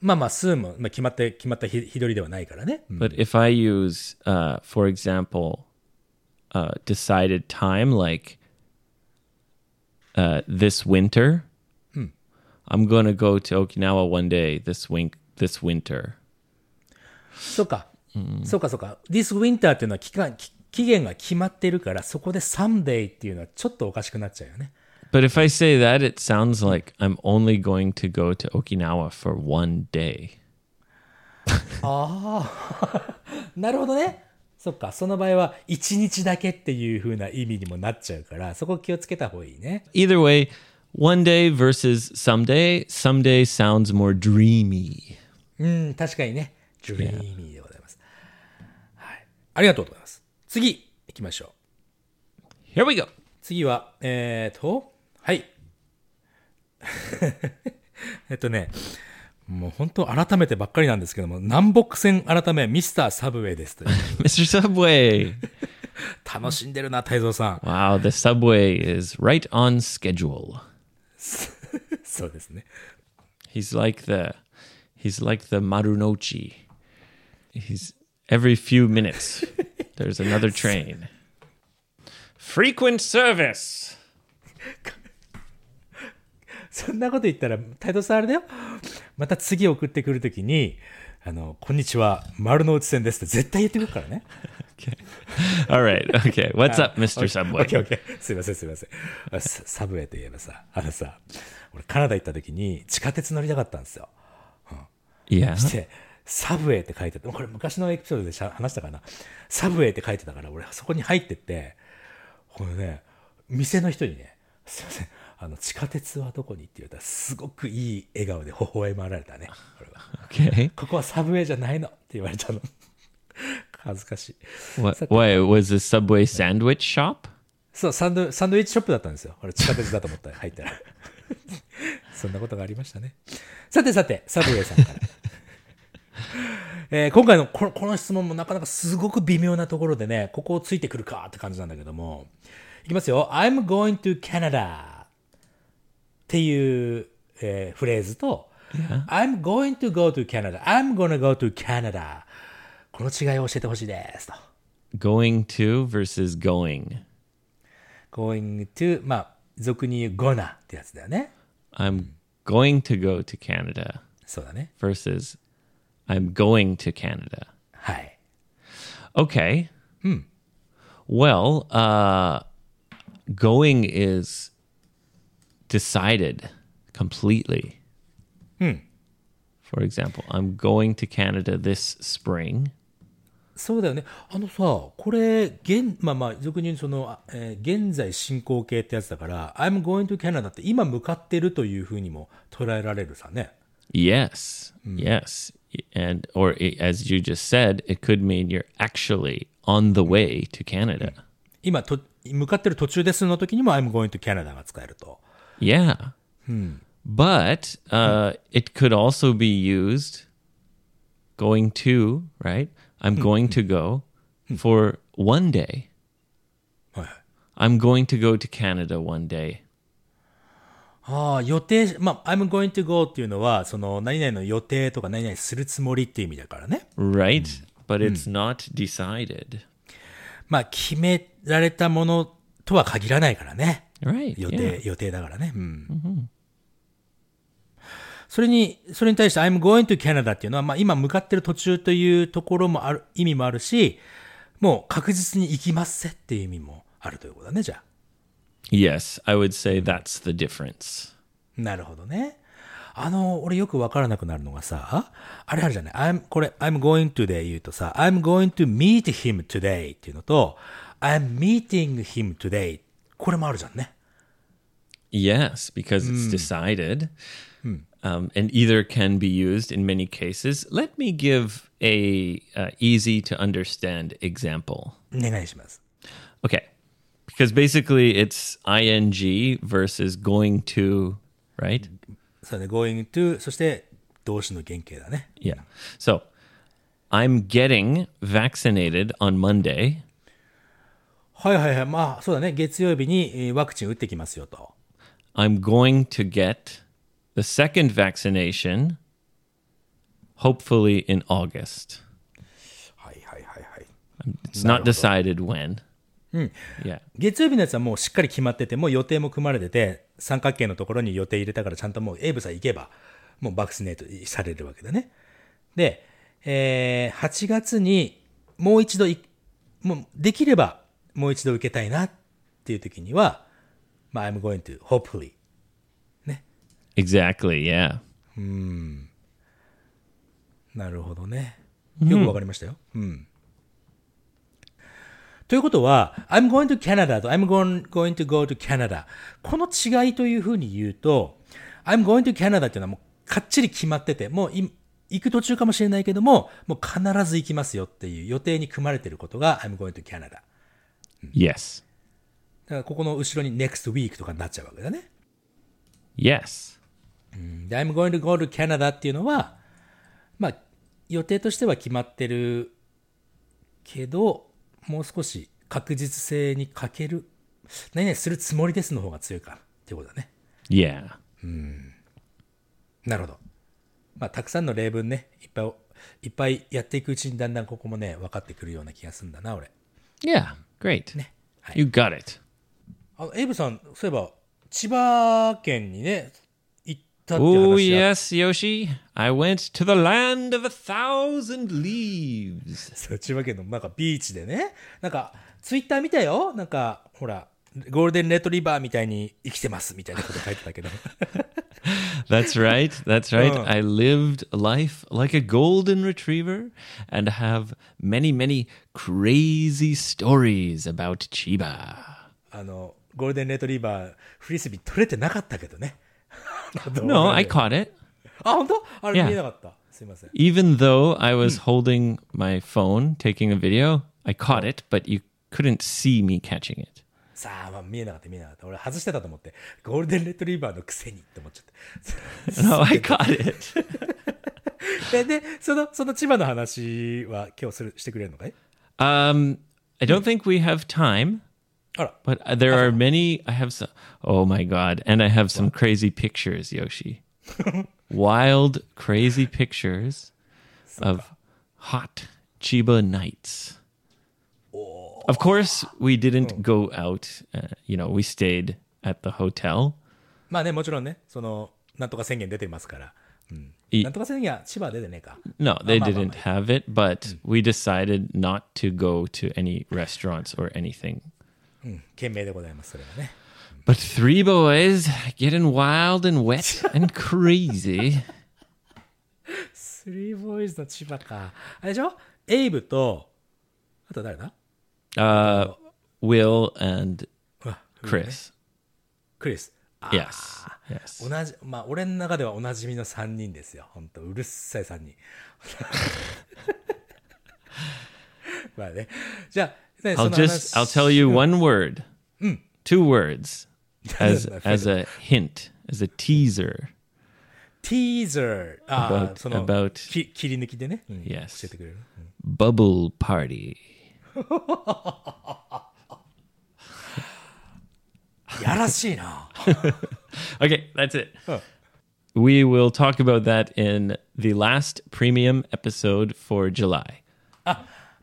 Speaker 3: まあまあ、数も、まあ、決まって、決まった日日取りではないからね。
Speaker 2: But if I use, uh, for example, uh, decided time, like uh, this winter, I'm going to go to Okinawa one day this wink this winter.
Speaker 3: そうか。そうか、そうか。This winter っていうのは期間、き期限が決まってるから、そこで someday っていうのはちょっとおかしくなっちゃうよね。
Speaker 2: But if I say that, it sounds like I'm only going to go to Okinawa for one day.
Speaker 3: なるほどね。そっか。その場合は、一日だけっていう風な意味にもなっちゃうから、そこ気をつけた方がいいね。
Speaker 2: Either way, one day versus someday. Someday sounds more dreamy.
Speaker 3: うん、確かにね。ドリーミーでございます。はい。ありがとうございます。次、行きましょう。
Speaker 2: Here we go.
Speaker 3: 次は、えーと、はい。 えっとね、もう本当改めてばっかりなんですけども、南北線改め、ミスターサブウェイですという。
Speaker 2: Mr. Subway.
Speaker 3: 楽しんでるな、太蔵さん。
Speaker 2: Wow, the subway is right on schedule.
Speaker 3: そうですね。
Speaker 2: He's like the he's like the Marunouchi. He's every few minutes there's another train. Frequent service.
Speaker 3: そんなこと言ったら、太蔵さんあれだよ。また次送ってくるときに、あの、こんにちは、丸の内線ですって絶対言ってくるからね。
Speaker 2: All right. Okay. What's up, Mr. Subway?
Speaker 3: オッケーオッケー。すいませんすいません。あササブウェイといえばさ、あのさ、俺カナダ行った時に地下鉄乗りたかったんですよ。
Speaker 2: Yeah.
Speaker 3: して、サブウェイって書いてた。これ昔のエピソードでしゃ話したかな。サブウェイって書いてたから、俺そこに入ってって、このね、店の人にね、すいません、あの、地下鉄はどこにって言ったら、すごくいい笑顔で微笑まれたね。俺は
Speaker 2: Okay.
Speaker 3: ここはサブウェイじゃないのって言われたの。 恥ずかしい。
Speaker 2: What why it was a subway sandwich shop?
Speaker 3: そう、サンド、サンドイッチショップだったんですよ。俺、地下鉄だと思ったら入ったら。 そんなことがありましたね。さてさて、サブウェイさんから。 えー今回のこのこの質問もなかなかすごく微妙なところでね、ここをついてくるかって感じなんだけども。いきますよ。I'm going to Canada っていう、えーフレーズと、I'm going to go to Canada. I'm gonna go to Canada. この違いを教えてほしいですと。
Speaker 2: Going to versus going.
Speaker 3: going to まあ俗に言う gonna ってやつだよね
Speaker 2: I'm going to go to Canada
Speaker 3: そうだね
Speaker 2: versus I'm going to Canada.
Speaker 3: はい
Speaker 2: Okay. Hmm. Well, uh, going Hmm. is decided completely. For example, I'm going to Canada this spring.
Speaker 3: そうだよね。あのさ、これ、現、まあまあ、俗に言うその、あえー現在進行形ってやつだから、I'm going to Canada って今向かってるというふうにも捉えられるさね。
Speaker 2: Yes, Hmm. yes. And, or i as you just said, it could mean you're actually on the way to Canada.
Speaker 3: 今と、向かってる途中ですの時にも I'm going to Canada が使えると。
Speaker 2: Yeah. But uh, it could also be used going to, right? I'm going to go for one day.
Speaker 3: はいはい。
Speaker 2: I'm going to go to Canada one day.
Speaker 3: ああ、予定し、まあ、I'm going to go っていうのは、その、何々の予定とか何々するつもりっていう意味だからね。
Speaker 2: Right? But it's not decided.
Speaker 3: まあ、決められたものとは限らないからね。
Speaker 2: Right.
Speaker 3: 予
Speaker 2: yeah.
Speaker 3: 定、予定だからね。うん。それに、それに対して I'm going to Canada っていうのは、まあ今向かってる途中というところもある、意味もあるし、もう確実に行きますせっていう意味もあるということだね、じゃあ。
Speaker 2: Yes, I would say that's the difference.
Speaker 3: なるほどね。あの、俺よくわからなくなるのがさ、あれあるじゃない ?I'm, これ、I'm going to で言うとさ、I'm going to meet him today っていうのと、I'm meeting him today。これもあるじゃんね。
Speaker 2: Yes, because it's decided. Um, and either can be used in many cases. Let me give a uh, easy to understand example.
Speaker 3: お願いします。
Speaker 2: Okay. Because basically it's ing versus going to, right?
Speaker 3: そうね、going to、そして動詞の原型だね。
Speaker 2: Yeah. So I'm getting vaccinated on Monday.
Speaker 3: はいはいはい。まあ、そうだね。月曜日にえーワクチン打ってきますよと。
Speaker 2: I'm going to get the second vaccination, hopefully in August.
Speaker 3: はいはいはいはい。
Speaker 2: It's not decided when. Yeah.
Speaker 3: 月曜日のやつはもうしっかり決まってて、もう予定も組まれてて、三角形のところに予定入れたから、ちゃんともうエイブさん行けば、もうバクシネートされるわけだね。で、えー8月にもう一度い、もうできればもう一度受けたいなっていう時には、まあ、I'm going to, hopefully.
Speaker 2: Exactly. Yeah.
Speaker 3: なるほどね。よくわかりましたよ。うん。ということは、I'm going to Canada と I'm going, going to go to Canada。この違いというふうに言うと、I'm going to Canada っていうのはもうかっちり決まってて、もうい行く途中かもしれないけども、もう必ず行きますよっていう予定に組まれていることが I'm going to Canada。だか
Speaker 2: Yes.
Speaker 3: らここの後ろに next week とかになっちゃうわけだね。
Speaker 2: Yes.
Speaker 3: で、I'm going to go to Canada っていうのは、まあ、予定としては決まってるけど、もう少し確実性に欠ける、何々するつもりですの方が強いかっていうことだね。
Speaker 2: Yeah.
Speaker 3: なるほど。まあ、たくさんの例文ね、いっぱい、いっぱいやっていくうちにだんだんここもね、分かってくるような気がするんだな、俺。
Speaker 2: Yeah. Great. You got it.
Speaker 3: あの、エイブさん、そういえば、千葉県にね、行ったっていう話
Speaker 2: Oh,
Speaker 3: あ
Speaker 2: yes, Yoshi. I went to the land of a thousand leaves.
Speaker 3: そう千葉県のなんかビーチでねなんかツイッター見たよなんかほらゴールデンレトリバーみたいに生きてますみたいなこと書いてたけど
Speaker 2: That's right. That's right.
Speaker 3: Oh.
Speaker 2: I lived life like a golden retriever and have many, many crazy stories about Chiba.
Speaker 3: あのゴールデンレトリバーフリスビー取れてなかったけどね
Speaker 2: No, I caught it.
Speaker 3: あ本当あれ
Speaker 2: Yeah.
Speaker 3: 見えなかったすいません
Speaker 2: Even though I was holding my phone taking a video, I caught it, but you couldn't see me catching it.
Speaker 3: さあ、まあ、見えなかった見えなかった俺外してたと思ってゴールデンレトリバーのくせにって思っちゃっ て
Speaker 2: No, I caught it.
Speaker 3: で でそのその千葉の話は今日するしてくれるのかい
Speaker 2: Um, I don't think we have time.
Speaker 3: あら
Speaker 2: But uh, there are many. I have some. Oh my god! And I have some crazy pictures, Yoshi. Wild, crazy pictures of hot Chiba nights. Of course, we didn't go out. Uh, you know, we stayed at the hotel.
Speaker 3: まあねもちろんねそのなんとか宣言出てますから、うん、
Speaker 2: い
Speaker 3: なんとか宣言は千葉出てねえか
Speaker 2: No, they
Speaker 3: mama,
Speaker 2: didn't have it, but we decided not to go to any restaurants or anything.
Speaker 3: 懸命でございます、それはね。
Speaker 2: But three boys getting wild and wet and crazy.
Speaker 3: スリーボーイズの千葉か。あれでしょエイブと、あと誰だ
Speaker 2: Uh, Will and
Speaker 3: うわ
Speaker 2: Chris.
Speaker 3: クリス。あ
Speaker 2: Yes. Yes.
Speaker 3: 同じ、まあ、俺の中ではおなじみの3人ですよ。ほんと、うるさい3人。 まあね。じゃあ、ね
Speaker 2: I'll
Speaker 3: その話
Speaker 2: just I'll tell you one word, two words, as
Speaker 3: Doesn't matter.
Speaker 2: as a hint, as a teaser.
Speaker 3: ティーザー。ああ、
Speaker 2: About-
Speaker 3: その、
Speaker 2: about-
Speaker 3: き切り抜きでね、うん
Speaker 2: Yes.
Speaker 3: 教えてくれる。
Speaker 2: Bubble party.
Speaker 3: やらしいな。
Speaker 2: Okay, that's it. We will talk about that in the last premium episode for July.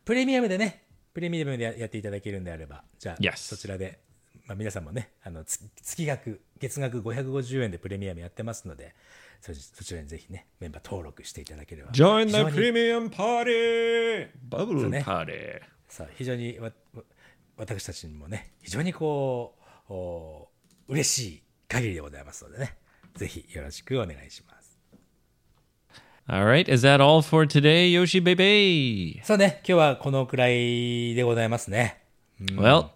Speaker 3: プレミアムでね、プレミアムでややっていただけるんであれば、じゃあ、
Speaker 2: Yes.
Speaker 3: そちらで、まあ、皆さんもね、あのつ月額、月額550円でプレミアムやってますので、そそちらにぜひね、メンバー登録していただければ。
Speaker 2: Join
Speaker 3: 非常
Speaker 2: the
Speaker 3: に
Speaker 2: premium party. Bubble party.
Speaker 3: さあ非常にわわ私たちにもね非常にこうお嬉しい限りでございますのでねぜひよろしくお願いします。
Speaker 2: All right, is that all for today, Yoshi baby?
Speaker 3: そうね今日はこのくらいでございますね。
Speaker 2: Well,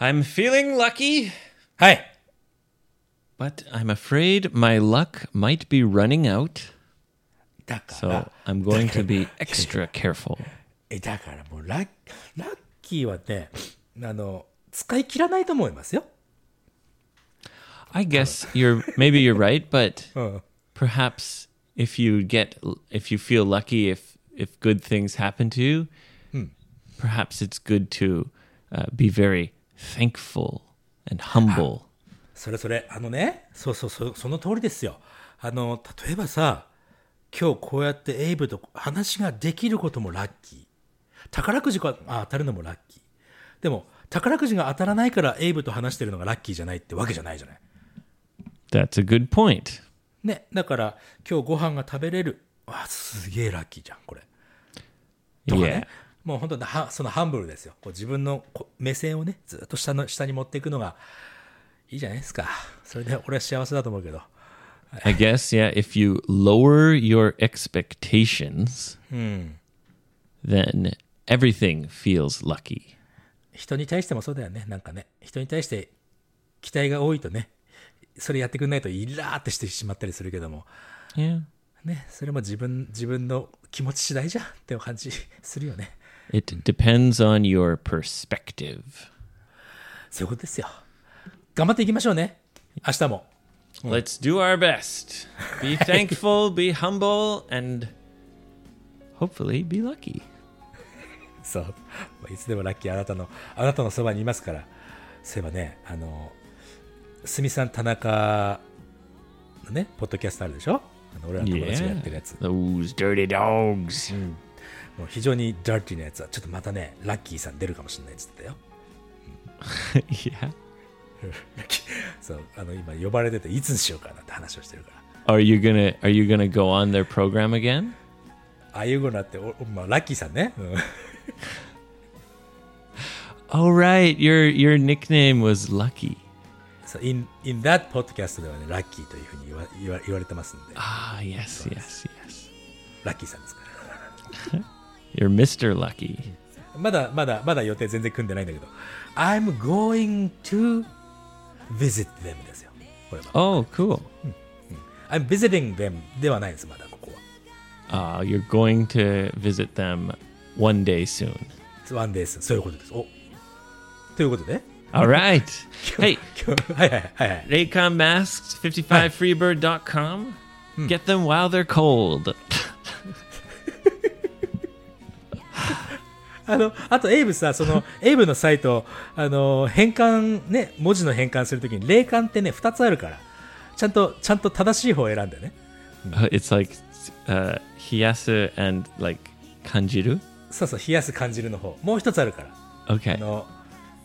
Speaker 2: I'm feeling lucky,
Speaker 3: はい。
Speaker 2: but I'm afraid my luck might be running out.
Speaker 3: だから
Speaker 2: So I'm going to be extra careful.
Speaker 3: えだからもうラッラッキーはねあの使い切らないと思いますよ。
Speaker 2: I guess you're maybe you're right, but
Speaker 3: うん。
Speaker 2: perhaps if you get if you feel lucky if if good things happen to you, perhaps it's good to uh, be very thankful and humble.
Speaker 3: それそれあのねそうそうそうその通りですよ。あの例えばさ今日こうやってエイブと話ができることもラッキー宝くじがあ当たるのもラッキーでも宝くじが当たらないからエイブと話してるのがラッキーじゃないってわけじゃないじゃない。
Speaker 2: That's a good point.
Speaker 3: ねだから今日ご飯が食べれるわすげえラッキーじゃんこれ。とか
Speaker 2: Yeah.
Speaker 3: ね、もう本当にはそのハンブルですよこう自分のこ目線をねずっと下の下に持っていくのがいいじゃないですかそれで俺は幸せだと思うけど
Speaker 2: I guess yeah, if you lower your expectations, Hmm. then everything feels lucky.
Speaker 3: 人に対してもそうだよねなんかね人に対して期待が多いとねそれやってくんないとイラーってしてしまったりするけども
Speaker 2: Yeah.
Speaker 3: ねそれも自分自分の気持ち次第じゃんって感じするよね
Speaker 2: It depends on your perspective.
Speaker 3: そういうことですよ頑張っていきましょうね明日も
Speaker 2: Let's do our best. Be thankful, be humble, and hopefully be lucky.
Speaker 3: そう。 まあいつでもラッキーあなたの、あなたのそばにいますから。そういえばね、あの、すみさん、田中のね、ポッドキャストあるでしょあの俺らの友達がやってるやつ。
Speaker 2: Those dirty dogs.
Speaker 3: もう非常にダルティなやつは、ちょっとまたね、ラッキーさん出るかもしれないって言ってた
Speaker 2: yeah.
Speaker 3: よ。ラッキーそう、あの、今呼ばれてて、いつにしようかなって話をしてるから。
Speaker 2: Are you gonna Are you gonna go on their program again?
Speaker 3: ああいうことになって、おまあ、ラッキーさんね。うん
Speaker 2: Oh right, your your nickname was Lucky.
Speaker 3: そう、in, in that podcast ではね、ラッキーというふうに言わ言わ言われてますんで、
Speaker 2: Ah yes, yes, yes.
Speaker 3: ラッキーさんですから。
Speaker 2: You're Mr. Lucky.
Speaker 3: まだまだまだ予定全然組んでないんだけど I'm going to visit them ですよこれは
Speaker 2: Oh cool.
Speaker 3: I'm visiting them ではないですまだここは
Speaker 2: Uh, you're going to visit them one day soon.
Speaker 3: It's one day そういうことですおということで
Speaker 2: All right. hey,
Speaker 3: 今日はいはいはいはい
Speaker 2: Raycon masks, 55freebird.com. Get them while they're cold.
Speaker 3: あのあとエイブさそのエイブのサイトあの変換ね文字の変換するときに霊感ってね2つあるからちゃんとちゃんと正しい方を選んでね
Speaker 2: Uh, it's like uh, hiyasu and like kanjiru.
Speaker 3: そうそう冷やす感じるの方もう一つあるから
Speaker 2: Okay.
Speaker 3: あの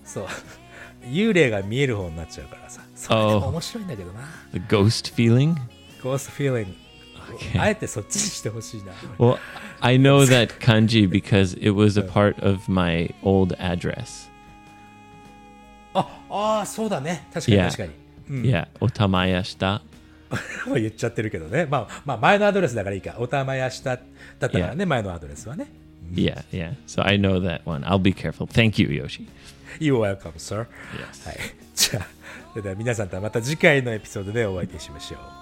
Speaker 3: そう 幽霊が見える方になっちゃうからさそれでも面白いんだけどな
Speaker 2: The ghost feeling.
Speaker 3: ゴーストフィーリング
Speaker 2: Okay.
Speaker 3: あえてそっちにしてほしいな
Speaker 2: well, I know that kanji because it was a part of my old address.
Speaker 3: ああーそうだね確かに
Speaker 2: Yeah.
Speaker 3: 確かに、
Speaker 2: Yeah. Otamaya shita
Speaker 3: 言っちゃってるけどね、まあ、まあ前のアドレスだからいいかおたまやしただったからね、前のアドレスはね
Speaker 2: Yeah, yeah. So I know that one. I'll be careful. Thank you, Yoshi.
Speaker 3: You're welcome sir、はい、じゃあそれでは皆さんとはまた次回のエピソードでお会いいたしましょう